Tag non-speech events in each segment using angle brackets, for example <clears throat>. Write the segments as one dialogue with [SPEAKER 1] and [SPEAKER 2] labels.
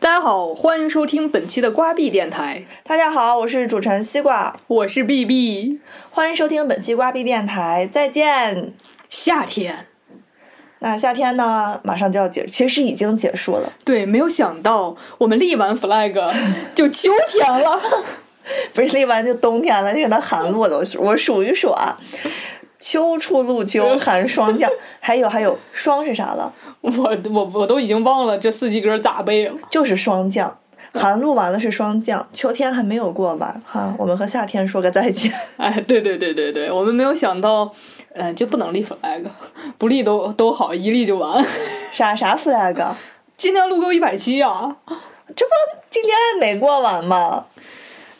[SPEAKER 1] 大家好，欢迎收听本期的瓜币电台，
[SPEAKER 2] 大家好，我是主持人西瓜，
[SPEAKER 1] 我是 BB。
[SPEAKER 2] 欢迎收听本期瓜币电台，再见。
[SPEAKER 1] 夏天，
[SPEAKER 2] 那夏天呢，马上就要结，其实已经结束了， <laughs>
[SPEAKER 1] 对，没有想到我们立完 flag 就秋天了。
[SPEAKER 2] 不是立完就冬天了，这个它寒露都我数一数啊，秋处露秋寒霜降， <laughs> 还有还有霜是啥了？
[SPEAKER 1] 我我我都已经忘了这四季歌咋背了。
[SPEAKER 2] 就是霜降。寒露完了是霜降，秋天还没有过完哈，我们和夏天说个再见。 <laughs>
[SPEAKER 1] 哎，对对对对对，我们没有想到，呃，就不能立 flag，不立都都好，一立就完。 <laughs>
[SPEAKER 2] 啥啥 flag？啊
[SPEAKER 1] 今天录够一百期啊，
[SPEAKER 2] 这不今天还没过完吗？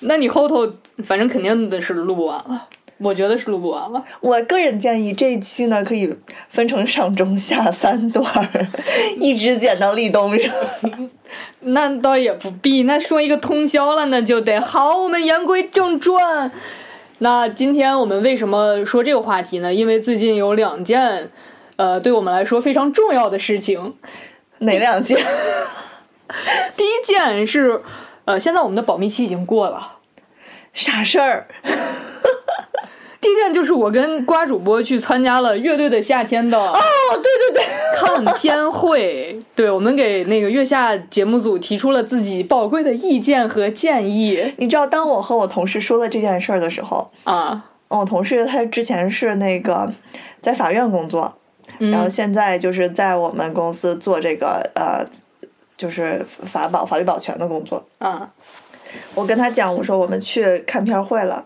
[SPEAKER 1] 那你后头反正肯定得是录不完了，我觉得是录不完了。
[SPEAKER 2] 我个人建议这一期呢，可以分成上中下三段儿，一直剪到立冬上。
[SPEAKER 1] 那倒也不必，那说一个通宵了，那就得好。我们言归正传，那今天我们为什么说这个话题呢？因为最近有两件，呃，对我们来说非常重要的事情。
[SPEAKER 2] 哪两件？
[SPEAKER 1] 第一件是，呃，现在我们的保密期已经过了。
[SPEAKER 2] 啥事儿？
[SPEAKER 1] 第一件就是我跟瓜主播去参加了乐队的夏天的
[SPEAKER 2] <laughs> 哦，对对对，
[SPEAKER 1] 看片会，对我们给那个月下节目组提出了自己宝贵的意见和建议
[SPEAKER 2] 你知道，当我和我同事说了这件事儿的时候，
[SPEAKER 1] 啊，
[SPEAKER 2] 我同事他之前是那个在法院工作，
[SPEAKER 1] 嗯
[SPEAKER 2] 然后现在就是在我们公司做这个呃，就是法保法律保全的工作。
[SPEAKER 1] 啊，
[SPEAKER 2] 我跟他讲，我说我们去看片儿会了。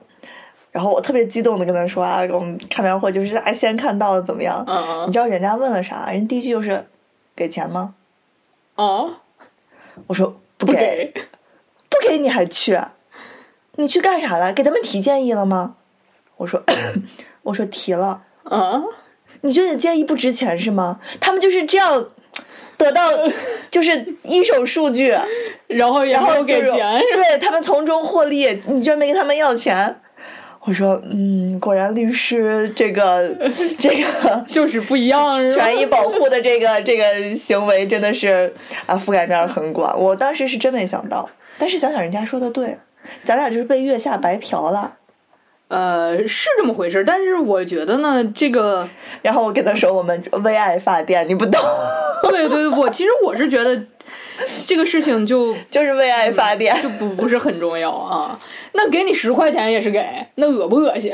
[SPEAKER 2] 然后我特别激动的跟他说啊，我们看片儿会就是哎，先看到怎么样？
[SPEAKER 1] 嗯嗯
[SPEAKER 2] 你知道人家问了啥？人第一句就是给钱吗？
[SPEAKER 1] 哦，
[SPEAKER 2] 我说不
[SPEAKER 1] 不
[SPEAKER 2] 给，
[SPEAKER 1] 给，
[SPEAKER 2] 不给你还去？啊你去干啥了？给他们提建议了吗？
[SPEAKER 1] <coughs>
[SPEAKER 2] 我说我说提了。
[SPEAKER 1] 啊，
[SPEAKER 2] 你觉得你建议不值钱是吗？他们就是这样得
[SPEAKER 1] <laughs>
[SPEAKER 2] 到就是一手数据，
[SPEAKER 1] 然后也
[SPEAKER 2] 然
[SPEAKER 1] 没
[SPEAKER 2] 后
[SPEAKER 1] 有给
[SPEAKER 2] 就是
[SPEAKER 1] 钱， <laughs>
[SPEAKER 2] 对他们从中获利，你居然没跟他们要钱。我说，嗯，果然律师这个这个
[SPEAKER 1] 就是不一样，是吧
[SPEAKER 2] 权益保护的这个这个行为真的是啊覆盖面儿很广。我当时是真没想到，但是想想人家说的对，咱俩就是被月下白嫖了。
[SPEAKER 1] 呃，是这么回事。但是我觉得呢，这个，
[SPEAKER 2] 然后我跟他说我们为爱发电，你不懂， <laughs>
[SPEAKER 1] 对对对，我其实我是觉得这个事情就
[SPEAKER 2] 就是为爱发电。
[SPEAKER 1] 就不不是很重要啊。那给你十块钱也是给，那恶不恶心？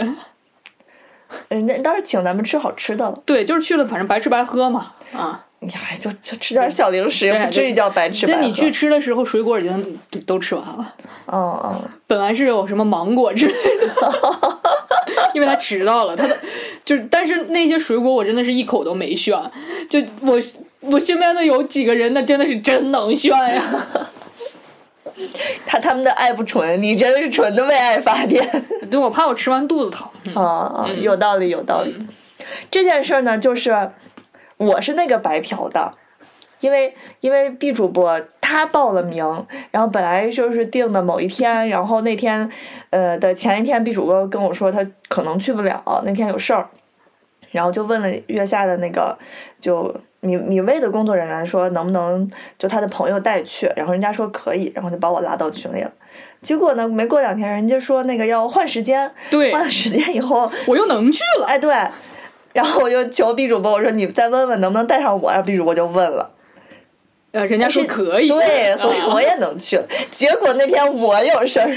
[SPEAKER 2] 人家当时请咱们吃好吃的了，
[SPEAKER 1] 对，就是去了，反正白吃白喝嘛啊。
[SPEAKER 2] 哎呀，就就吃点小零食，
[SPEAKER 1] 对
[SPEAKER 2] 不至于叫白吃白
[SPEAKER 1] 但
[SPEAKER 2] 喝。
[SPEAKER 1] 你去吃的时候，水果已经都都吃完了，
[SPEAKER 2] 嗯嗯，
[SPEAKER 1] 本来是有什么芒果之类的。 <laughs> 因为他迟到了，他的就是，但是那些水果我真的是一口都没炫，就我我身边的有几个人，那真的是真能炫呀，
[SPEAKER 2] 他他们的爱不纯，你真的是纯的为爱发电
[SPEAKER 1] <laughs> 对，我怕我吃完肚子疼。
[SPEAKER 2] 啊啊！有道理，有道理。这件事儿呢，就是我是那个白嫖的，因为因为 B 主播他报了名，然后本来就是定的某一天，然后那天呃的前一天，B 主播跟我说他可能去不了，那天有事儿，然后就问了月下的那个就米米未的工作人员说能不能就他的朋友带去，然后人家说可以，然后就把我拉到群里了。结果呢，没过两天，人家说那个要换时间，
[SPEAKER 1] <laughs> 对
[SPEAKER 2] 换了时间以后，
[SPEAKER 1] 我又能去了，
[SPEAKER 2] 哎对，然后我就求 B 主播，我说你再问问能不能带上我，然后 B 主播就问了。
[SPEAKER 1] 呃，人家说可以，<laughs>
[SPEAKER 2] <laughs> 对，所以我
[SPEAKER 1] 啊
[SPEAKER 2] 也能去了。结果那天我有事儿，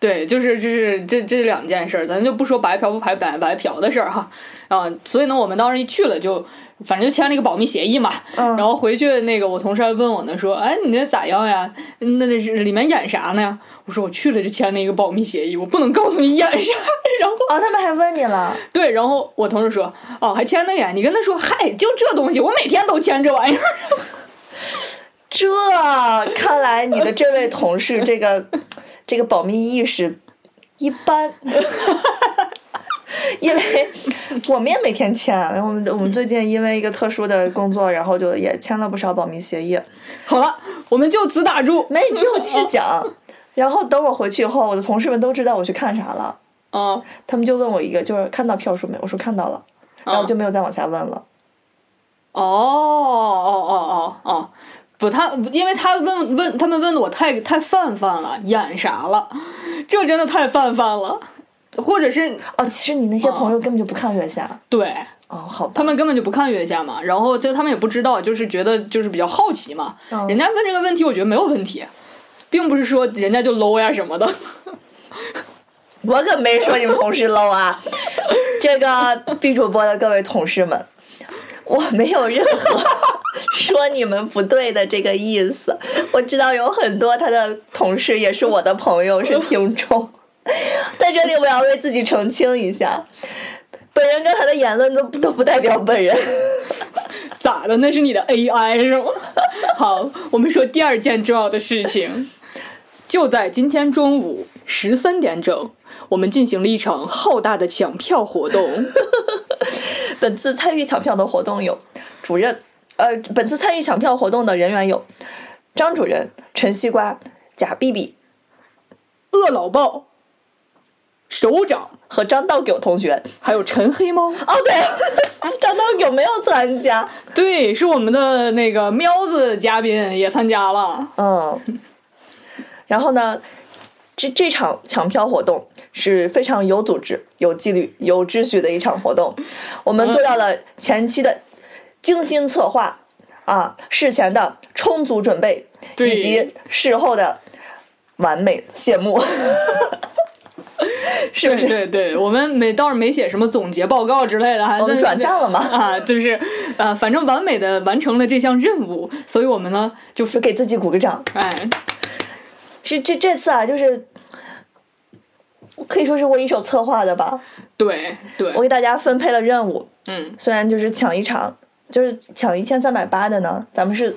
[SPEAKER 1] 对，就是就是这这两件事儿，咱就不说白嫖不白白白嫖的事儿哈，啊，所以呢，我们当时一去了就，反正就签了一个保密协议嘛，
[SPEAKER 2] 嗯
[SPEAKER 1] 然后回去那个我同事还问我呢，说，哎，你那咋样呀？那那是里面演啥呢？我说我去了就签了一个保密协议，我不能告诉你演啥， <laughs> 然后。
[SPEAKER 2] 哦，他们还问你了，
[SPEAKER 1] 对，然后我同事说，哦，还签那个呀？你跟他说，嗨，就这东西，我每天都签这玩意儿。 <laughs>
[SPEAKER 2] 这看来你的这位同事这个这个保密意识一般。 <laughs> 因为我们也每天签，啊我们我们最近因为一个特殊的工作，然后就也签了不少保密协议。
[SPEAKER 1] 好了，我们就此打住。
[SPEAKER 2] 没，你听我继续讲。然后等我回去以后，我的同事们都知道我去看啥了，
[SPEAKER 1] 啊，
[SPEAKER 2] 他们就问我一个，就是看到票数没？我说看到了，
[SPEAKER 1] 哦
[SPEAKER 2] 然后就没有再往下问了。
[SPEAKER 1] 哦哦哦哦哦，不，他因为他问问他们问的我太太泛泛了，演啥了？这真的太泛泛了，或者是
[SPEAKER 2] 哦，其实你那些朋友根本就不看月下。
[SPEAKER 1] 对
[SPEAKER 2] 哦，好吧。
[SPEAKER 1] 他们根本就不看月下嘛，然后就他们也不知道，就是觉得就是比较好奇嘛。
[SPEAKER 2] 哦
[SPEAKER 1] 人家问这个问题，我觉得没有问题，并不是说人家就 low 呀什么的。
[SPEAKER 2] 我可没说你们同事 low 啊，这个 B 主播的各位同事们，我没有任何说你们不对的这个意思。我知道有很多他的同事也是我的朋友，是听众，在这里我要为自己澄清一下，本人跟他的言论都都不代表本人。
[SPEAKER 1] 咋的？那是你的 AI 是吗？ <laughs> 好，我们说第二件重要的事情，就在今天中午十三点整，我们进行了一场浩大的抢票活动。 <laughs>
[SPEAKER 2] 本次参与抢票的活动有主任，呃，本次参与抢票活动的人员有张主任、陈西瓜、贾碧碧
[SPEAKER 1] 饿老豹、首长，
[SPEAKER 2] 和张道九同学。
[SPEAKER 1] 还有陈黑猫。
[SPEAKER 2] 哦，对， <laughs> 张道九没有参加。
[SPEAKER 1] 对，是我们的那个喵子嘉宾也参加了。
[SPEAKER 2] 嗯，然后呢，这这场抢票活动是非常有组织、有纪律、有秩序的一场活动。我们做到了前期的精心策划啊，事前的充足准备，
[SPEAKER 1] 对
[SPEAKER 2] 以及事后的完美谢幕。 <laughs> 是不
[SPEAKER 1] 对
[SPEAKER 2] 是？
[SPEAKER 1] 对对，我们没倒是没写什么总结报告之类的，还
[SPEAKER 2] 我
[SPEAKER 1] 但
[SPEAKER 2] 们哦转账了嘛
[SPEAKER 1] <laughs> 啊，就是啊，反正完美的完成了这项任务，所以我们呢就
[SPEAKER 2] 就给自己鼓个掌。
[SPEAKER 1] 哎，
[SPEAKER 2] 是这这次啊，就是可以说是我一手策划的吧。
[SPEAKER 1] 对对
[SPEAKER 2] 我，给大家分配了任务，
[SPEAKER 1] 嗯，
[SPEAKER 2] 虽然就是抢一场，就是抢一千三百八的呢，咱们是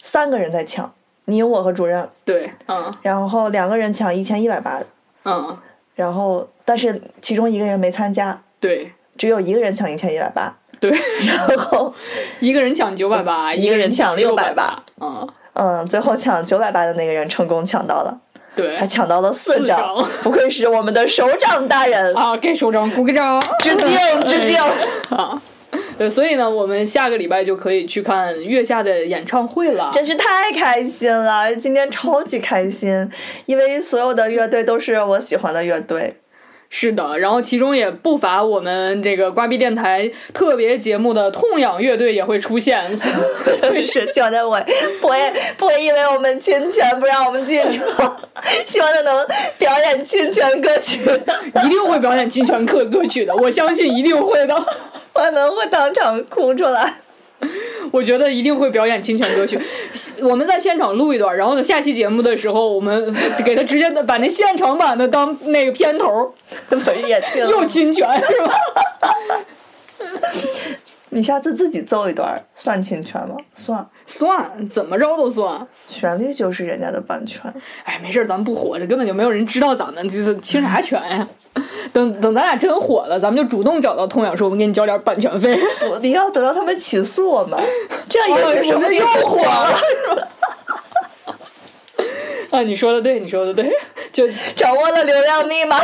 [SPEAKER 2] 三个人在抢，你我和主任，
[SPEAKER 1] 对，嗯
[SPEAKER 2] 然后两个人抢一千一百八的，
[SPEAKER 1] 嗯，
[SPEAKER 2] 然后但是其中一个人没参加，
[SPEAKER 1] 对
[SPEAKER 2] 只有一个人抢一千一百八，
[SPEAKER 1] 对， <laughs>
[SPEAKER 2] 然后
[SPEAKER 1] 一个人抢九百八，
[SPEAKER 2] 一个人抢
[SPEAKER 1] 六
[SPEAKER 2] 680
[SPEAKER 1] 八，嗯，
[SPEAKER 2] 嗯，最后抢九百八的那个人成功抢到了，
[SPEAKER 1] 对
[SPEAKER 2] 还抢到了四张
[SPEAKER 1] 四张，
[SPEAKER 2] 不愧是我们的首长大 <laughs> 人，
[SPEAKER 1] 啊，给首长鼓个掌，
[SPEAKER 2] 致敬致敬。
[SPEAKER 1] <laughs> 啊。对，所以呢，我们下个礼拜就可以去看月下的演唱会了。
[SPEAKER 2] 真是太开心了！今天超级开心，因为所有的乐队都是我喜欢的乐队。 <laughs>
[SPEAKER 1] 是的，然后其中也不乏我们这个瓜逼电台特别节目的痛痒乐队也会出现。
[SPEAKER 2] 是希望他我不会不会因为我们侵权不让我们进场，希望他能表演侵权歌曲，
[SPEAKER 1] 一定会表演侵权歌歌曲的，我相信一定会的。
[SPEAKER 2] 我可能会当场哭出来。
[SPEAKER 1] 我觉得一定会表演侵权歌曲。我们在现场录一段，然后呢，下期节目的时候，我们给他直接把那现场版的当那个片头，
[SPEAKER 2] 不是也进
[SPEAKER 1] 又
[SPEAKER 2] 了？
[SPEAKER 1] 侵权是吧？
[SPEAKER 2] 你下次自己奏一段儿算侵权吗？算，
[SPEAKER 1] 算，怎么着都算。
[SPEAKER 2] 旋律就是人家的版权。
[SPEAKER 1] 哎，没事儿，咱们不火着，根本就没有人知道咱们，就是侵啥权呀、等等，咱俩真火了，咱们就主动找到痛痒说，我们给你交点版权费。
[SPEAKER 2] 我你要等到他们起诉我们，这也是什
[SPEAKER 1] 哎我
[SPEAKER 2] 么
[SPEAKER 1] 们
[SPEAKER 2] 地
[SPEAKER 1] 又
[SPEAKER 2] 方
[SPEAKER 1] 火了？ <laughs> 啊，你说的对，你说的对，就
[SPEAKER 2] 掌握了流量密码。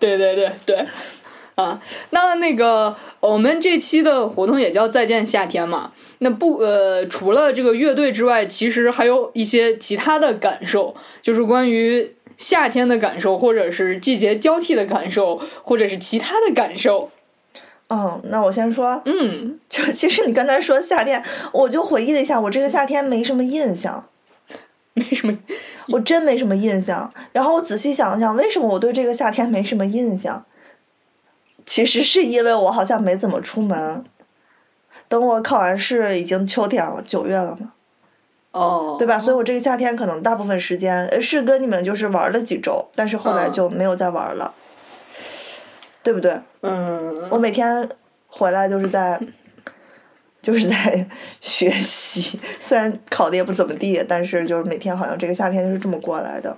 [SPEAKER 1] 对对对对，啊，那那个我们这期的活动也叫再见夏天嘛。那不呃，除了这个乐队之外，其实还有一些其他的感受，就是关于夏天的感受，或者是季节交替的感受，或者是其他的感受。
[SPEAKER 2] 嗯，那我先说，
[SPEAKER 1] 嗯，
[SPEAKER 2] 就其实你刚才说夏天，我就回忆了一下，我这个夏天没什么印象。
[SPEAKER 1] 没什么。
[SPEAKER 2] 我真没什么印象。然后我仔细想了想，为什么我对这个夏天没什么印象？其实是因为我好像没怎么出门。等我考完试，已经秋天了，九月了嘛，
[SPEAKER 1] 哦，
[SPEAKER 2] 对吧？所以我这个夏天可能大部分时间呃是跟你们就是玩了几周，但是后来
[SPEAKER 1] 嗯
[SPEAKER 2] 就没有再玩了，对不对？
[SPEAKER 1] 嗯，
[SPEAKER 2] 我每天回来就是在，就是在学习，虽然考的也不怎么地，但是就是每天好像这个夏天就是这么过来的。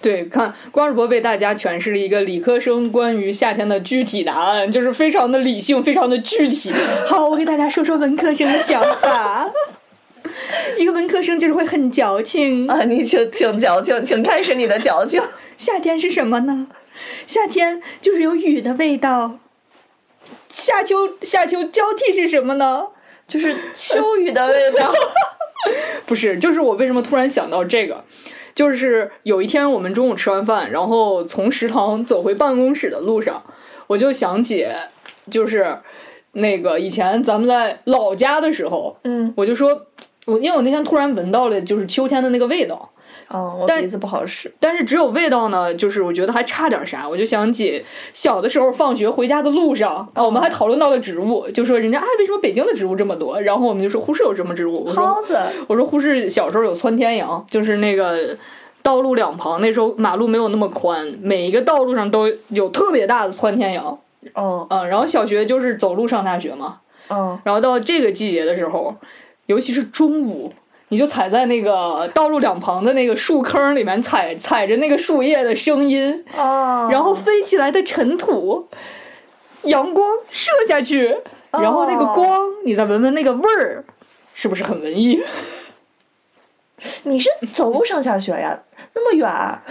[SPEAKER 1] 对，看瓜主播为大家诠释了一个理科生关于夏天的具体答案，就是非常的理性，非常的具体。 <laughs> 好，我给大家说说文科生的想法。 <laughs> 一个文科生就是会很矫情。呃
[SPEAKER 2] 啊，你请请矫情，请开始你的矫情。
[SPEAKER 1] 夏天是什么呢？夏天就是有雨的味道。夏秋夏秋交替是什么呢？
[SPEAKER 2] 就是秋雨的味道。
[SPEAKER 1] 不是，就是我为什么突然想到这个，就是有一天我们中午吃完饭，然后从食堂走回办公室的路上，我就想起，就是那个以前咱们在老家的时候，
[SPEAKER 2] 嗯，
[SPEAKER 1] 我就说，我因为我那天突然闻到了就是秋天的那个味道，
[SPEAKER 2] 哦，我
[SPEAKER 1] 但
[SPEAKER 2] 鼻子不好使。
[SPEAKER 1] 但是只有味道呢，就是我觉得还差点啥。我就想起小的时候放学回家的路上，啊，我们还讨论到了植物，就说人家啊，为什么北京的植物这么多？然后我们就说呼市有什么植物？我
[SPEAKER 2] 蒿
[SPEAKER 1] 说
[SPEAKER 2] 子，
[SPEAKER 1] 我说呼市小时候有窜天羊，就是那个。道路两旁那时候马路没有那么宽，每一个道路上都有特别大的窜天羊
[SPEAKER 2] 哦
[SPEAKER 1] 啊、然后小学就是走路上大学嘛，
[SPEAKER 2] 哦，
[SPEAKER 1] 然后到这个季节的时候，尤其是中午，你就踩在那个道路两旁的那个树坑里面踩踩着那个树叶的声音，
[SPEAKER 2] 哦，
[SPEAKER 1] 然后飞起来的尘土，阳光射下去，然后那个
[SPEAKER 2] 哦
[SPEAKER 1] 光，你再闻闻那个味儿，是不是很文艺？
[SPEAKER 2] 你是走路上下学呀？那么远啊、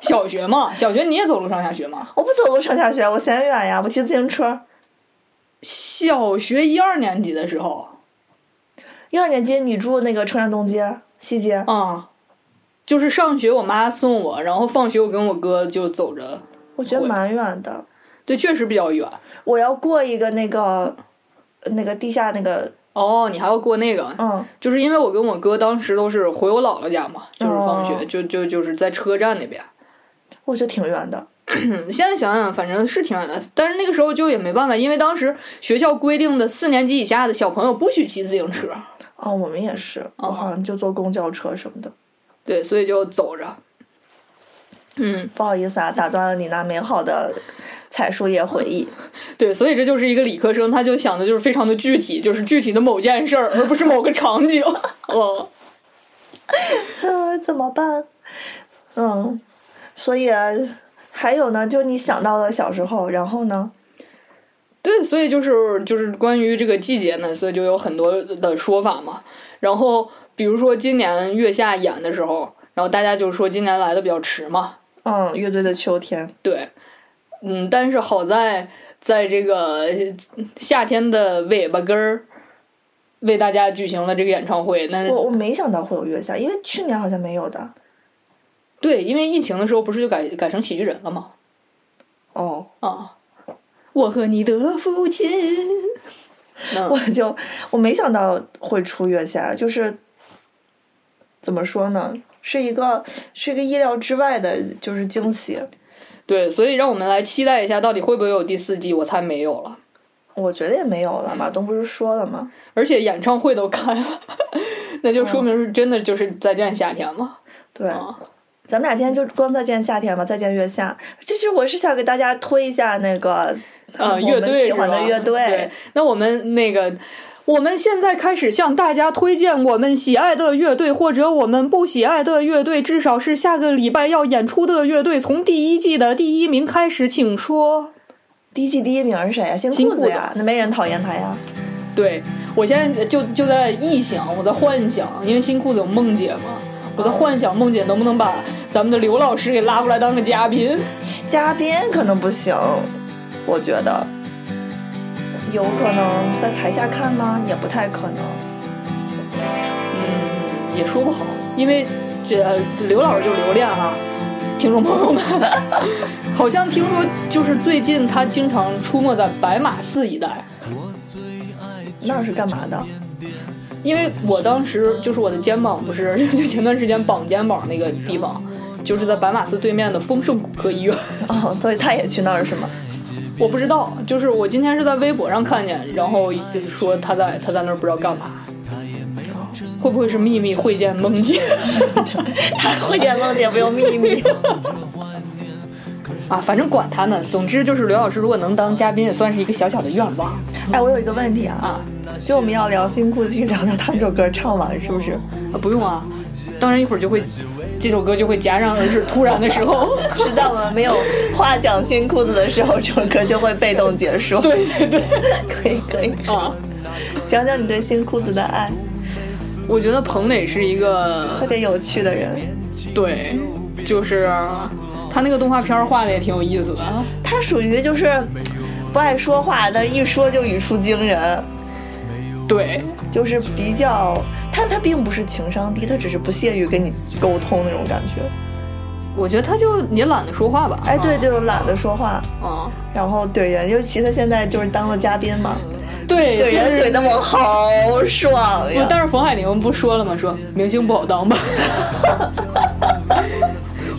[SPEAKER 1] 小学嘛，小学你也走路上下学嘛？
[SPEAKER 2] 我不走路上下学，我嫌远呀，我骑自行车。
[SPEAKER 1] 小学一二年级的时候
[SPEAKER 2] 一二年级你住那个车站东街西街，
[SPEAKER 1] 啊。就是上学，我妈送我，然后放学我跟我哥就走着，
[SPEAKER 2] 我觉得蛮远的。
[SPEAKER 1] 对，确实比较远。
[SPEAKER 2] 我要过一个那个那个地下那个，
[SPEAKER 1] 哦，你还要过那个，
[SPEAKER 2] 嗯
[SPEAKER 1] 就是因为我跟我哥当时都是回我姥姥家嘛，就是放学、
[SPEAKER 2] 哦
[SPEAKER 1] 就就就是在车站那边。
[SPEAKER 2] 我觉得挺远的。
[SPEAKER 1] 嗯，现在想想，反正是挺远的，但是那个时候就也没办法，因为当时学校规定的四年级以下的小朋友不许骑自行车，
[SPEAKER 2] 哦，我们也是，我好像就坐公交车什么的。
[SPEAKER 1] 对，所以就走着。嗯，
[SPEAKER 2] 不好意思啊，打断了你那美好的采树叶回 <laughs> 忆。
[SPEAKER 1] 对，所以这就是一个理科生，他就想的就是非常的具体，就是具体的某件事儿，而不是某个场景。哦，
[SPEAKER 2] 嗯，怎么办？嗯，所以啊还有呢，就你想到了小时候，然后呢？
[SPEAKER 1] 对，所以就是就是关于这个季节呢，所以就有很多的说法嘛。然后比如说今年月下演的时候，然后大家就说今年来的比较迟嘛，
[SPEAKER 2] 嗯，乐队的秋天。
[SPEAKER 1] 对，嗯，但是好在在这个夏天的尾巴根儿为大家举行了这个演唱会。那
[SPEAKER 2] 我我没想到会有月下，因为去年好像没有的。
[SPEAKER 1] 对，因为疫情的时候不是就改改成喜剧人了吗？
[SPEAKER 2] 哦，
[SPEAKER 1] 啊，我和你的父亲，嗯
[SPEAKER 2] <laughs> 我就我没想到会出月下，就是怎么说呢，是一个是一个意料之外的，就是惊喜。
[SPEAKER 1] 对，所以让我们来期待一下，到底会不会有第四季？我猜没有了。
[SPEAKER 2] 我觉得也没有了，马东不是说了吗？
[SPEAKER 1] 而且演唱会都开了， <laughs> 那就说明是真的就是再见夏天嘛。
[SPEAKER 2] 对，
[SPEAKER 1] 啊，
[SPEAKER 2] 咱们俩今天就光再见夏天吧，再见月下。这是我是想给大家推一下那个
[SPEAKER 1] 呃，
[SPEAKER 2] 嗯我
[SPEAKER 1] 乐
[SPEAKER 2] 们
[SPEAKER 1] 队
[SPEAKER 2] 喜欢的
[SPEAKER 1] 是吧
[SPEAKER 2] 乐队
[SPEAKER 1] 对，那我们那个。我们现在开始向大家推荐我们喜爱的乐队，或者我们不喜爱的乐队，至少是下个礼拜要演出的乐队。从第一季的第一名开始，请说。
[SPEAKER 2] 第一季第一名是谁呀、新
[SPEAKER 1] 新
[SPEAKER 2] 裤
[SPEAKER 1] 裤
[SPEAKER 2] 子
[SPEAKER 1] 子
[SPEAKER 2] 呀，那没人讨厌他呀。
[SPEAKER 1] 对我现在就就在臆想，我在幻想，因为新裤子有梦姐嘛，我在幻想梦姐能不能把咱们的刘老师给拉过来当个嘉宾。
[SPEAKER 2] 嘉宾可能不行，我觉得有可能在台下看吗？也不太可能。
[SPEAKER 1] 嗯，也说不好，因为这呃刘老师就留恋了，听众朋友们， <laughs> 好像听说就是最近他经常出没在白马寺一带，
[SPEAKER 2] 那是干嘛的？
[SPEAKER 1] 因为我当时就是我的肩膀不是 <laughs> 就前段时间绑肩膀那个地方，就是在白马寺对面的丰盛骨科医院，
[SPEAKER 2] 哦，所以他也去那儿是吗？ <laughs>
[SPEAKER 1] 我不知道，就是我今天是在微博上看见，然后说他在他在那儿不知道干嘛。会不会是秘密会见梦姐 <laughs>
[SPEAKER 2] 他会见梦姐不用秘 <laughs> 密。
[SPEAKER 1] 啊？反正管他呢。总之就是刘老师如果能当嘉宾，也算是一个小小的愿望。
[SPEAKER 2] 哎，我有一个问题啊，
[SPEAKER 1] 啊，
[SPEAKER 2] 就我们要聊新裤子，聊聊他们这首歌唱完是不是？
[SPEAKER 1] 啊不用啊，当然一会儿就会，这首歌就会戛然而止，突然的时候， <laughs>
[SPEAKER 2] <laughs> 是在我们没有话讲新裤子的时候，这首歌就会被动结束。
[SPEAKER 1] 对对对，
[SPEAKER 2] 可以可以，
[SPEAKER 1] 啊，
[SPEAKER 2] 讲讲你对新裤子的爱，
[SPEAKER 1] 我觉得彭磊是一
[SPEAKER 2] 特
[SPEAKER 1] 个
[SPEAKER 2] 别有趣的人。
[SPEAKER 1] 对，就是他那个动画片儿画的也挺有意思的，
[SPEAKER 2] 他属于就是不爱说话，但是一说就语出惊人。
[SPEAKER 1] 对，
[SPEAKER 2] 就是比较他他并不是情商低，他只是不屑于跟你沟通那种感觉。
[SPEAKER 1] 我觉得他就也懒得说话吧。
[SPEAKER 2] 哎，对，就懒得说话，
[SPEAKER 1] 啊，
[SPEAKER 2] 然后怼人，尤其他现在就是当了嘉宾嘛，
[SPEAKER 1] 对，
[SPEAKER 2] 怼
[SPEAKER 1] 就
[SPEAKER 2] 人
[SPEAKER 1] 是
[SPEAKER 2] 怼的我好爽
[SPEAKER 1] 不，
[SPEAKER 2] 呀！
[SPEAKER 1] 但是冯海宁不说了吗？说明星不好当吧。 <laughs>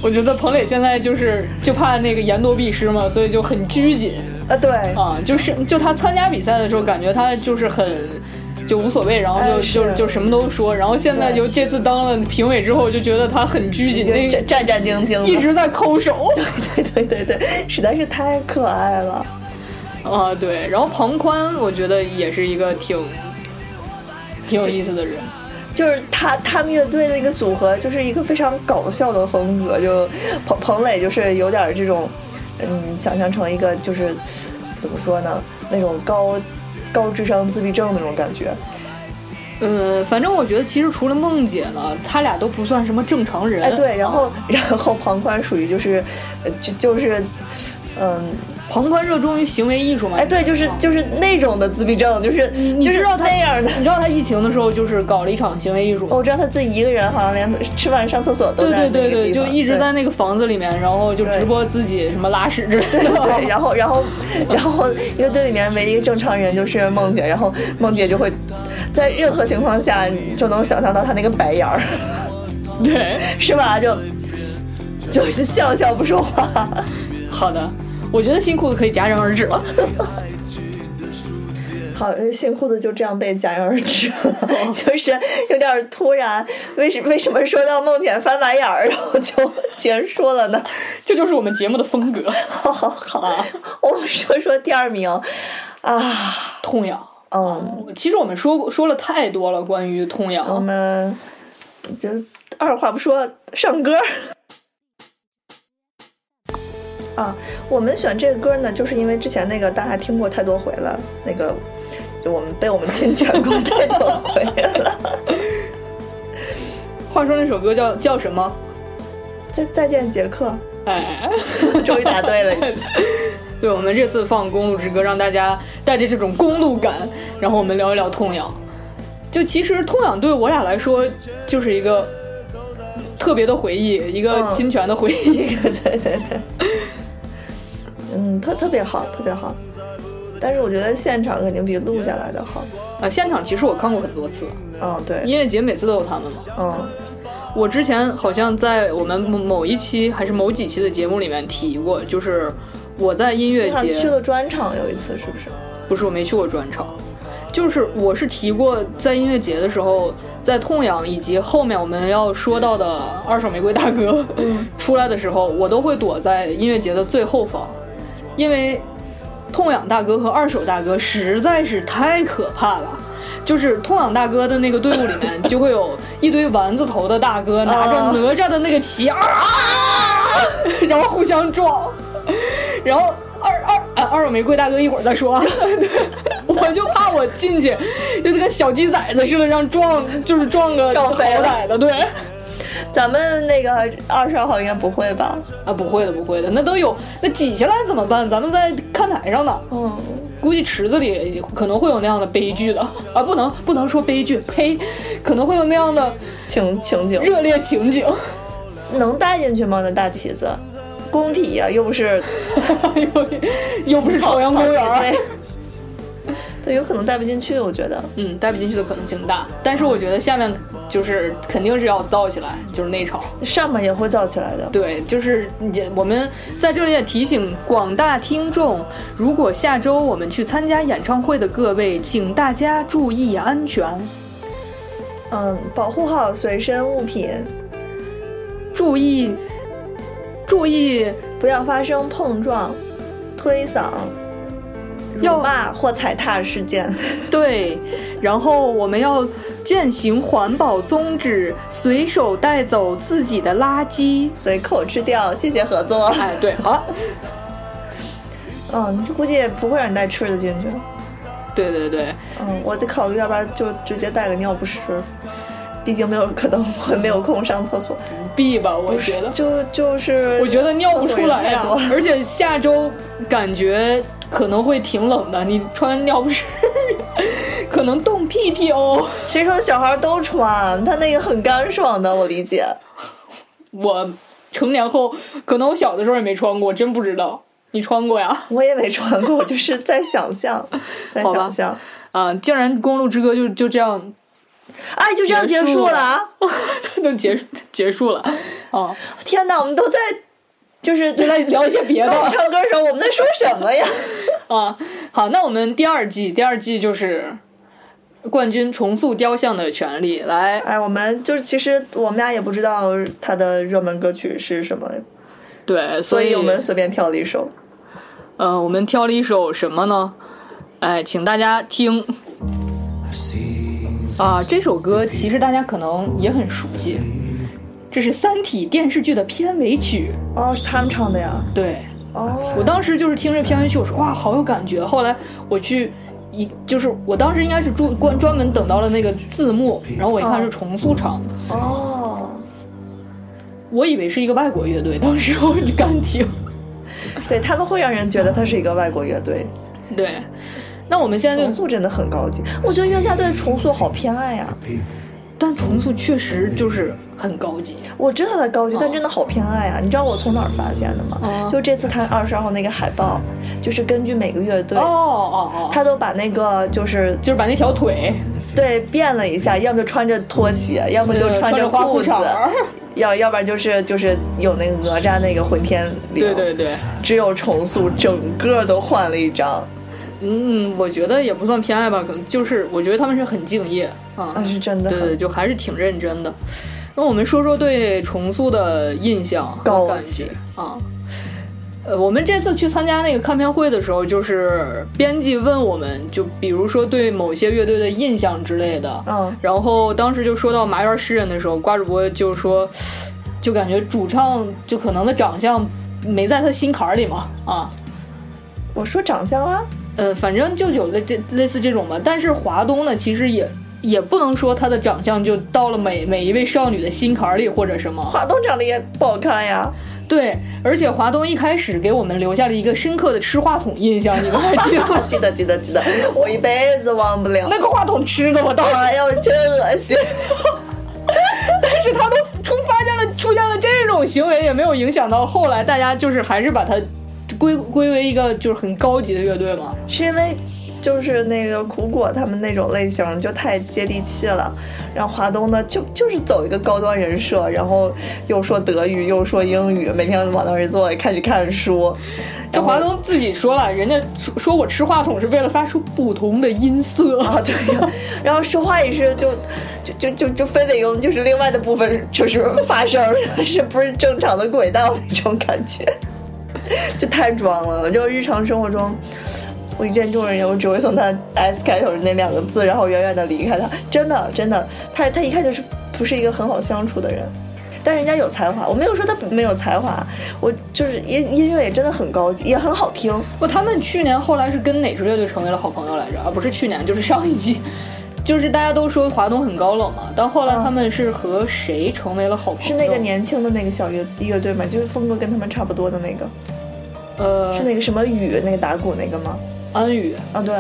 [SPEAKER 1] 我觉得彭磊现在就是就怕那个言多必失嘛，所以就很拘谨
[SPEAKER 2] 啊，对，
[SPEAKER 1] 啊，就是就他参加比赛的时候，感觉他就是很。就无所谓，然后就、
[SPEAKER 2] 哎是
[SPEAKER 1] 就就什么都说，然后现在
[SPEAKER 2] 对
[SPEAKER 1] 就这次当了评委之后，就觉得他很拘谨，
[SPEAKER 2] 就
[SPEAKER 1] 这
[SPEAKER 2] 战战战兢兢的，
[SPEAKER 1] 一直在抠手
[SPEAKER 2] <laughs>
[SPEAKER 1] <laughs>
[SPEAKER 2] 对对对对，实在是太可爱了。
[SPEAKER 1] 啊，对。然后庞宽，我觉得也是一个挺挺有意思的人，
[SPEAKER 2] 就是他他们乐队的一个组合，就是一个非常搞笑的风格。就彭彭磊就是有点这种，嗯，想象成一个就是怎么说呢，那种高高智商自闭症那种感觉。
[SPEAKER 1] 呃，反正我觉得其实除了梦姐呢，他俩都不算什么正常人。
[SPEAKER 2] 哎，对，然后 <laughs> 然后庞宽属于就是，呃就就是，嗯，
[SPEAKER 1] 庞宽热衷于行为艺术嘛。
[SPEAKER 2] 哎，对，就是就是那种的自闭症，就是
[SPEAKER 1] 你
[SPEAKER 2] 就是
[SPEAKER 1] 知道他
[SPEAKER 2] 那样的。
[SPEAKER 1] 你知道他疫情的时候就是搞了一场行为艺术。
[SPEAKER 2] 我知道他自己一个人，好像连吃饭上厕所都
[SPEAKER 1] 对
[SPEAKER 2] 哦
[SPEAKER 1] 对
[SPEAKER 2] 在
[SPEAKER 1] 对
[SPEAKER 2] 那个
[SPEAKER 1] 对，
[SPEAKER 2] 地
[SPEAKER 1] 就
[SPEAKER 2] 方
[SPEAKER 1] 一直
[SPEAKER 2] 对
[SPEAKER 1] 在那个房子里面，然后就
[SPEAKER 2] 对
[SPEAKER 1] 直播自己什么拉屎之类的。
[SPEAKER 2] <laughs> 对，然后然后然后乐队里面唯一正常人就是梦姐，然后梦姐就会在任何情况下你就能想象到她那个白眼儿， <laughs>
[SPEAKER 1] 对，
[SPEAKER 2] 是吧？就就笑笑不说话。
[SPEAKER 1] 好的，我觉得新裤子可以戛然而止了。 <laughs>
[SPEAKER 2] 好，呃新裤子就这样被戛然而止了，
[SPEAKER 1] <laughs>
[SPEAKER 2] 就是有点突然。为什为什么说到梦姐翻白眼儿，然后就结束了呢？
[SPEAKER 1] 这就是我们节目的风格，
[SPEAKER 2] 好好好， <laughs> 我们说说第二名啊，
[SPEAKER 1] 痛痒。
[SPEAKER 2] 嗯，
[SPEAKER 1] 其实我们说过说了太多了关于痛
[SPEAKER 2] 我
[SPEAKER 1] 痒，
[SPEAKER 2] 们就二话不说上歌。啊，我们选这个歌呢，就是因为之前那个大家听过太多回了，那个就我们被我们侵权过太多回了。 <laughs>
[SPEAKER 1] 话说那首歌叫叫什么？
[SPEAKER 2] 再再见，杰克，
[SPEAKER 1] 哎。
[SPEAKER 2] 终于答对了一次。
[SPEAKER 1] 对，我们这次放《公路之歌》，让大家带着这种公路感，然后我们聊一聊痛痒。就其实痛痒对我俩来说就是一个特别的回忆，一个
[SPEAKER 2] 嗯
[SPEAKER 1] 金泉的回忆。
[SPEAKER 2] <laughs>
[SPEAKER 1] <laughs>
[SPEAKER 2] 对对对，嗯，特特别好，特别好。但是我觉得现场肯定比录下来的好。
[SPEAKER 1] 啊，现场其实我看过很多次，
[SPEAKER 2] 嗯，对，
[SPEAKER 1] 音乐节每次都有他们嘛。
[SPEAKER 2] 嗯，
[SPEAKER 1] 我之前好像在我们某某一期还是某几期的节目里面提过，就是我在音乐
[SPEAKER 2] 好像
[SPEAKER 1] 节
[SPEAKER 2] 去了专场有一次，是不是？
[SPEAKER 1] 不是我没去过专场，就是我是提过，在音乐节的时候，在痛痒以及后面我们要说到的二手玫瑰大哥 <laughs> 出来的时候，我都会躲在音乐节的最后方，因为痛痒大哥和二手大哥实在是太可怕了。就是痛痒大哥的那个队伍里面，就会有一堆丸子头的大哥拿着哪吒的那个旗啊，然后互相撞，然后二二哎二手玫瑰大哥一会儿再说啊， <laughs> 对我就怕我进去就跟小鸡崽子似的，让撞就是撞个
[SPEAKER 2] 撞
[SPEAKER 1] 好
[SPEAKER 2] 飞了
[SPEAKER 1] 歹的，对
[SPEAKER 2] 咱们那个二十二号应该不会吧？
[SPEAKER 1] 啊不会的不会的，那都有那挤下来怎么办？咱们在看台上呢，
[SPEAKER 2] 嗯，
[SPEAKER 1] 估计池子里可能会有那样的悲剧的啊，不能不能说悲剧，呸，可能会有那样的
[SPEAKER 2] 情情景
[SPEAKER 1] 热烈情景， <laughs>
[SPEAKER 2] 能带进去吗？那大旗子，工体呀、又不是
[SPEAKER 1] 又又不是朝阳公园
[SPEAKER 2] 草
[SPEAKER 1] 儿。
[SPEAKER 2] 地内对，有可能带不进去，我觉得。
[SPEAKER 1] 嗯，带不进去的可能性大，但是我觉得下面就是肯定是要造起来，就是内场。
[SPEAKER 2] 上面也会造起来的。
[SPEAKER 1] 对，就是也我们在这里也提醒广大听众，如果下周我们去参加演唱会的各位，请大家注意安全，
[SPEAKER 2] 嗯，保护好随身物品，
[SPEAKER 1] 注意，注意，
[SPEAKER 2] 不要发生碰撞、推搡、
[SPEAKER 1] 要
[SPEAKER 2] 辱骂或踩踏事件。 <laughs>
[SPEAKER 1] 对，然后我们要践行环保宗旨，随手带走自己的垃圾。
[SPEAKER 2] 随口吃掉，谢谢合
[SPEAKER 1] <laughs>
[SPEAKER 2] 作。
[SPEAKER 1] 哎，对，好了，
[SPEAKER 2] 嗯，估计也不会让你带吃的进去。
[SPEAKER 1] 对对对，
[SPEAKER 2] 嗯，我得考虑，要不然就直接带个尿不湿，毕竟没有可能会没有空上厕所。
[SPEAKER 1] 必吧，我觉得。
[SPEAKER 2] 就就是，
[SPEAKER 1] 我觉得尿不出来呀、
[SPEAKER 2] 太多了
[SPEAKER 1] 而且下周感觉可能会挺冷的，你穿尿不湿， <laughs> 可能冻屁屁哦。
[SPEAKER 2] 谁说小孩都穿？他那个很干爽的，我理解。
[SPEAKER 1] 我成年后，可能我小的时候也没穿过，真不知道。你穿过呀？
[SPEAKER 2] 我也没穿过，我就是在想象，在
[SPEAKER 1] 好吧
[SPEAKER 2] 想象。
[SPEAKER 1] 啊，竟然《公路之歌就》就这样， <laughs>
[SPEAKER 2] 哎，就这样结
[SPEAKER 1] 结
[SPEAKER 2] 束
[SPEAKER 1] 束
[SPEAKER 2] 了啊！
[SPEAKER 1] 它都结结束了。哦，
[SPEAKER 2] 天哪，我们都在，就是
[SPEAKER 1] 就在聊一些 <laughs> 别的
[SPEAKER 2] 当我们唱歌的时候，我们在说什么呀？ <laughs>
[SPEAKER 1] 啊，好，那我们第二季，第二季就是冠军重塑雕像的权利。来，
[SPEAKER 2] 哎，我们就是其实我们俩也不知道他的热门歌曲是什么，
[SPEAKER 1] 对，
[SPEAKER 2] 所
[SPEAKER 1] 所
[SPEAKER 2] 以我们随便挑了一首。
[SPEAKER 1] 呃，我们挑了一首什么呢？哎，请大家听啊，这首歌其实大家可能也很熟悉，这是《三体》电视剧的片尾曲。
[SPEAKER 2] 哦，是他们唱的呀？
[SPEAKER 1] 对
[SPEAKER 2] 哦，
[SPEAKER 1] 我当时就是听这片尾曲，我说哇，好有感觉。后来我去。一就是我当时应该是专专专门等到了那个字幕，然后我一看是重塑唱，
[SPEAKER 2] 哦，
[SPEAKER 1] 我以为是一个外国乐队，当时我就干听。 <laughs>
[SPEAKER 2] 对他们会让人觉得他是一个外国乐队。
[SPEAKER 1] 对，那我们现在
[SPEAKER 2] 重
[SPEAKER 1] 就，
[SPEAKER 2] 塑真的很高级，我觉得月下对重塑好偏爱啊呀、
[SPEAKER 1] 但重塑确实就是很高级。
[SPEAKER 2] 我知道它高级，
[SPEAKER 1] 哦
[SPEAKER 2] 但真的好偏爱啊！你知道我从哪儿发现的吗？
[SPEAKER 1] 嗯
[SPEAKER 2] 就这次看二十二号那个海报，就是根据每个乐队，
[SPEAKER 1] 哦哦哦，
[SPEAKER 2] 他都把那个就是
[SPEAKER 1] 就是把那条腿
[SPEAKER 2] 对变了一下，要么就穿着拖鞋，要么就
[SPEAKER 1] 呃
[SPEAKER 2] 嗯穿
[SPEAKER 1] 穿
[SPEAKER 2] 着
[SPEAKER 1] 花裤
[SPEAKER 2] 子，
[SPEAKER 1] 衩儿。
[SPEAKER 2] 要要不然就是就是有那个哪吒那个混天绫，
[SPEAKER 1] 对对，对，
[SPEAKER 2] 只有重塑整个都换了一张，
[SPEAKER 1] 嗯，我觉得也不算偏爱吧，可能就是我觉得他们是很敬业啊，
[SPEAKER 2] 啊，是真的
[SPEAKER 1] 对对，
[SPEAKER 2] 很
[SPEAKER 1] 就还是挺认真的。那我们说说对重塑的印象
[SPEAKER 2] 高
[SPEAKER 1] 和感
[SPEAKER 2] 级
[SPEAKER 1] 觉啊。呃，我们这次去参加那个看片会的时候，就是编辑问我们，就比如说对某些乐队的印象之类的，
[SPEAKER 2] 嗯
[SPEAKER 1] 然后当时就说到麻园诗人的时候，瓜主播就说，就感觉主唱就可能的长相没在他心坎儿里嘛，啊，
[SPEAKER 2] 我说长相啊，
[SPEAKER 1] 呃，反正就有类这类似这种吧。但是华东呢，其实也也不能说他的长相就到了每每一位少女的心坎儿里或者什么。
[SPEAKER 2] 华东长得也不好看呀，？
[SPEAKER 1] 对，而且华东一开始给我们留下了一个深刻的吃话筒印象，你们还记得吗 <laughs>
[SPEAKER 2] 记得记得记得，我一辈子忘不了。
[SPEAKER 1] 那个话筒吃的我当时，
[SPEAKER 2] 哎呦，真恶心！
[SPEAKER 1] 但是他都出发现了出现了这种行为，也没有影响到后来大家就是还是把他归归为一个就是很高级的乐队嘛。
[SPEAKER 2] 是因为就是那个苦果他们那种类型就太接地气了，然后华东呢就就是走一个高端人设，然后又说德语又说英语，每天往那儿一坐开始看书。
[SPEAKER 1] 这
[SPEAKER 2] 然后
[SPEAKER 1] 华东自己说了，人家说说我吃话筒是为了发出不同的音色。
[SPEAKER 2] 啊，对呀，然后说话也是就就就就就非得用就是另外的部分就是发声儿， <laughs> 是不是正常的轨道那种感觉，就太装了。就日常生活中，我一见这种人，我只会从他 S 开头的那两个字，然后远远的离开他。真的，真的，他他一看就是不是一个很好相处的人。但人家有才华，我没有说他没有才华，我就是音音乐也真的很高级，也很好听。
[SPEAKER 1] 不，他们去年后来是跟哪支乐队成为了好朋友来着？啊，不是去年，就是上一季， <laughs> 就是大家都说华东很高冷嘛，但后来
[SPEAKER 2] 嗯
[SPEAKER 1] 他们是和谁成为了好朋友？
[SPEAKER 2] 是那个年轻的那个小乐乐队嘛，就是风格跟他们差不多的那个。
[SPEAKER 1] 呃
[SPEAKER 2] 是那个什么雨，那个打鼓那个吗？
[SPEAKER 1] 安宇
[SPEAKER 2] 啊，对，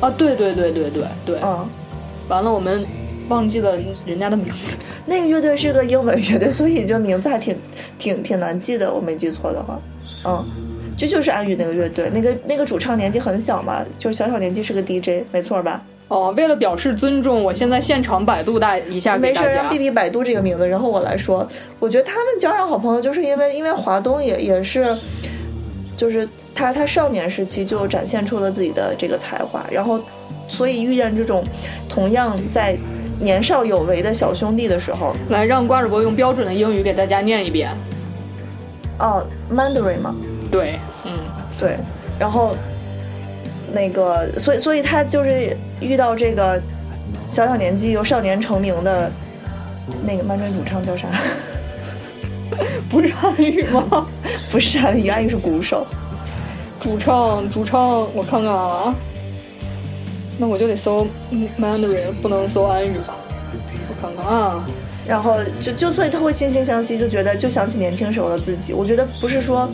[SPEAKER 1] 啊，对对对对对对，
[SPEAKER 2] 嗯，
[SPEAKER 1] 完了我们忘记了人家的名字。
[SPEAKER 2] 那个乐队是个英文乐队，所以就名字还挺挺挺难记的，我没记错的话，嗯，这就是安宇那个乐队，那个那个主唱年纪很小嘛，就小小年纪是个 DJ，没错吧？
[SPEAKER 1] 哦，为了表示尊重，我现在现场百度大一下给
[SPEAKER 2] 没事
[SPEAKER 1] 大
[SPEAKER 2] 儿
[SPEAKER 1] 家
[SPEAKER 2] 让。B B 百度这个名字，然后我来说，我觉得他们交上好朋友，就是因为因为华东也也是，就是他他少年时期就展现出了自己的这个才华，然后所以遇见这种同样在年少有为的小兄弟的时候，
[SPEAKER 1] 来，让瓜主播用标准的英语给大家念一遍。
[SPEAKER 2] 哦，Mandarin 嘛，
[SPEAKER 1] 对，嗯，
[SPEAKER 2] 对，然后那个，所以所以他就是遇到这个小小年纪又少年成名的那个 Mandarin 主唱叫啥？ <laughs>
[SPEAKER 1] 不是安宇吗？ <laughs>
[SPEAKER 2] 不是安宇，安宇是鼓手。
[SPEAKER 1] 主唱，主唱，我看看啊，那我就得搜嗯 Mandarin，不能搜安语吧？我看看啊，
[SPEAKER 2] 然后就就所以他会惺惺相惜，就觉得就想起年轻时候的自己。我觉得不是说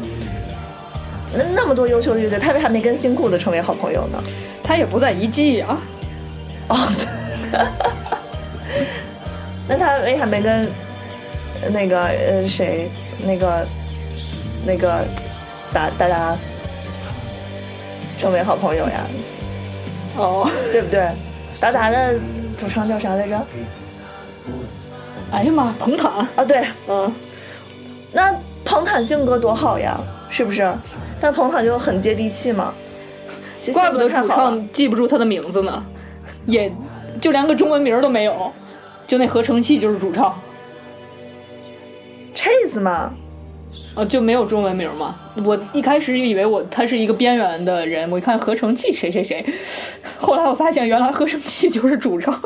[SPEAKER 2] 那那么多优秀的乐队，他为啥没跟新裤子成为好朋友呢？
[SPEAKER 1] 他也不在一季啊。
[SPEAKER 2] 哦，那他为啥没跟那个呃谁那个那个达达达成为好朋友呀？
[SPEAKER 1] 哦，
[SPEAKER 2] 对不对？达达的主唱叫啥来着？
[SPEAKER 1] 哎呀妈，彭坦，
[SPEAKER 2] 啊，对，
[SPEAKER 1] 嗯，
[SPEAKER 2] 那彭坦性格多好呀，是不是？但彭坦就很接地气嘛，性
[SPEAKER 1] 怪不得
[SPEAKER 2] 性格
[SPEAKER 1] 主
[SPEAKER 2] 太好了。
[SPEAKER 1] 创记不住他的名字呢，也就连个中文名儿都没有，就那合成器就是主唱，
[SPEAKER 2] Chase 嘛，
[SPEAKER 1] 啊，就没有中文名儿嘛。我一开始以为我他是一个边缘的人，我一看合成器谁谁谁，后来我发现原来合成器就是主唱。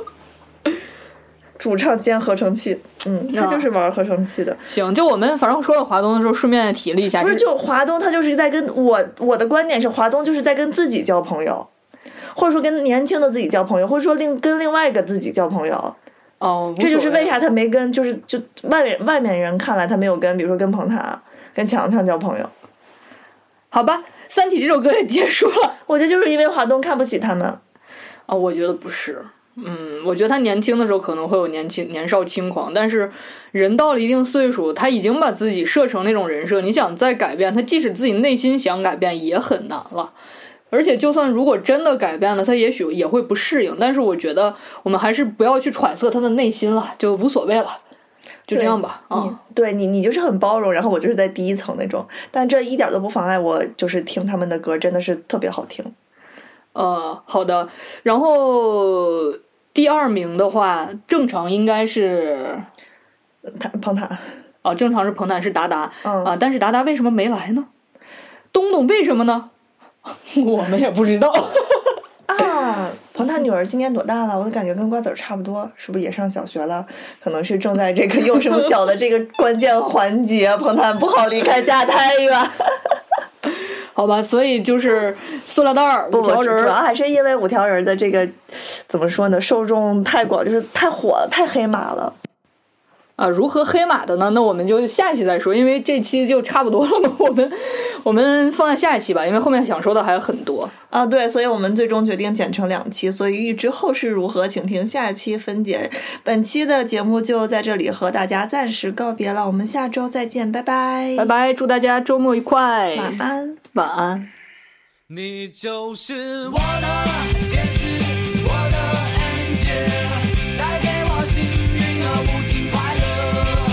[SPEAKER 2] 主唱兼合成器，嗯，他
[SPEAKER 1] 啊
[SPEAKER 2] 就是玩合成器的。
[SPEAKER 1] 行，就我们反正说了华东的时候，顺便提了一下，
[SPEAKER 2] 不是，
[SPEAKER 1] 这
[SPEAKER 2] 就华东他就是在跟我我的观点是，华东就是在跟自己交朋友，或者说跟年轻的自己交朋友，或者说另跟另外一个自己交朋友。
[SPEAKER 1] 哦，无
[SPEAKER 2] 这就是
[SPEAKER 1] 所谓
[SPEAKER 2] 为啥他没跟，就是就外面外面人看来他没有跟，比如说跟彭坦、跟强强交朋友。
[SPEAKER 1] 好吧，《三体》这首歌也结束了。
[SPEAKER 2] 我觉得就是因为华东看不起他们。
[SPEAKER 1] 啊，我觉得不是。嗯，我觉得他年轻的时候可能会有年轻年少轻狂，但是人到了一定岁数，他已经把自己设成那种人设，你想再改变他，即使自己内心想改变也很难了。而且，就算如果真的改变了，他也许也会不适应。但是，我觉得我们还是不要去揣测他的内心了，就无所谓了，就这样吧。啊、
[SPEAKER 2] 你对你，你就是很包容，然后我就是在第一层那种，但这一点都不妨碍我，就是听他们的歌真的是特别好听。
[SPEAKER 1] 呃，好的。然后第二名的话，正常应该是
[SPEAKER 2] 呃他彭坦，
[SPEAKER 1] 哦，正常是彭坦是达达啊、
[SPEAKER 2] 嗯
[SPEAKER 1] 但是达达为什么没来呢？东东为什么
[SPEAKER 2] <laughs>
[SPEAKER 1] 呢？我们也不知道。
[SPEAKER 2] 啊， <clears throat> 彭坦女儿今年多大了？我都感觉跟瓜子儿差不多，是不是也上小学了？可能是正在这个幼升小的这 <laughs> 个关键环节，彭坦不好离开家太远。
[SPEAKER 1] <laughs> 好吧，所以就是塑料袋儿、五
[SPEAKER 2] <laughs> 不，
[SPEAKER 1] 条
[SPEAKER 2] 主
[SPEAKER 1] 人
[SPEAKER 2] 主要
[SPEAKER 1] 儿。
[SPEAKER 2] 还是因为五条人的这个怎么说呢，受众太广，就是太火了，太黑马了。
[SPEAKER 1] 啊，如何黑马的呢？那我们就下一期再说，因为这期就差不多了 <laughs> 嘛。我们我们放在下一期吧，因为后面想说的还有很多。
[SPEAKER 2] 啊，对，所以我们最终决定剪成两期，所以预知后事如何，请听下期分解。本期的节目就在这里和大家暂时告别了，我们下周再见，拜拜，
[SPEAKER 1] 拜，拜，祝大家周末愉快，
[SPEAKER 2] 嗯晚安。
[SPEAKER 1] 晚安。
[SPEAKER 3] 你就是我的天使，我的 angel，带给我幸运和无尽快乐。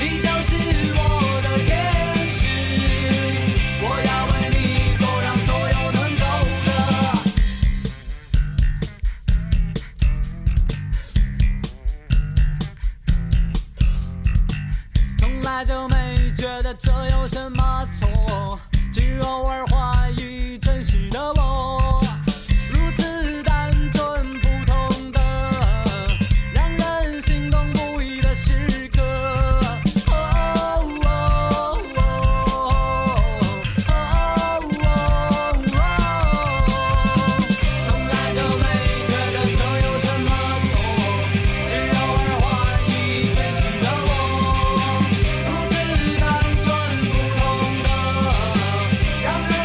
[SPEAKER 3] 你就是我的天使，我要为你做让所有能够的。从来就没觉得这有什么错，只偶尔怀疑真实的我，如此单纯普通的，让人心动不已的时刻。哦哦哦哦哦哦从来就没觉得这有什么错，只偶尔怀疑真实的我，如此单纯普通的，让人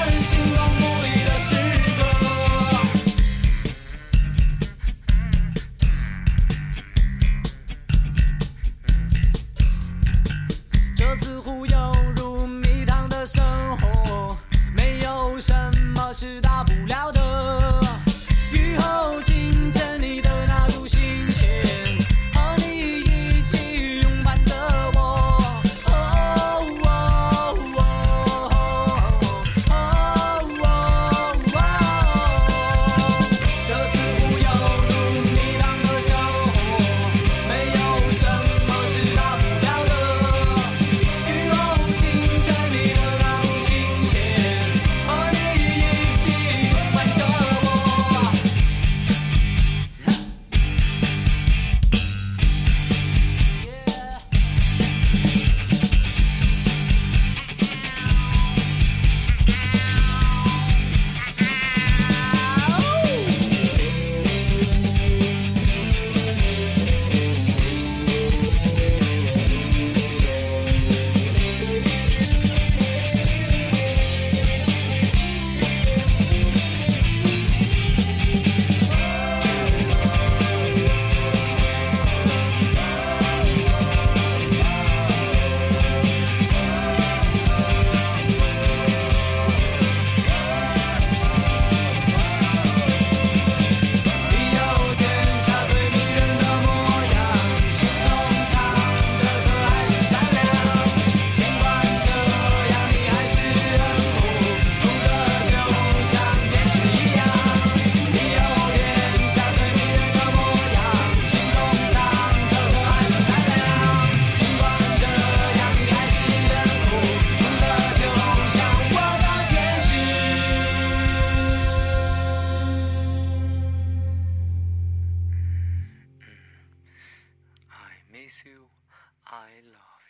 [SPEAKER 4] kiss you, I love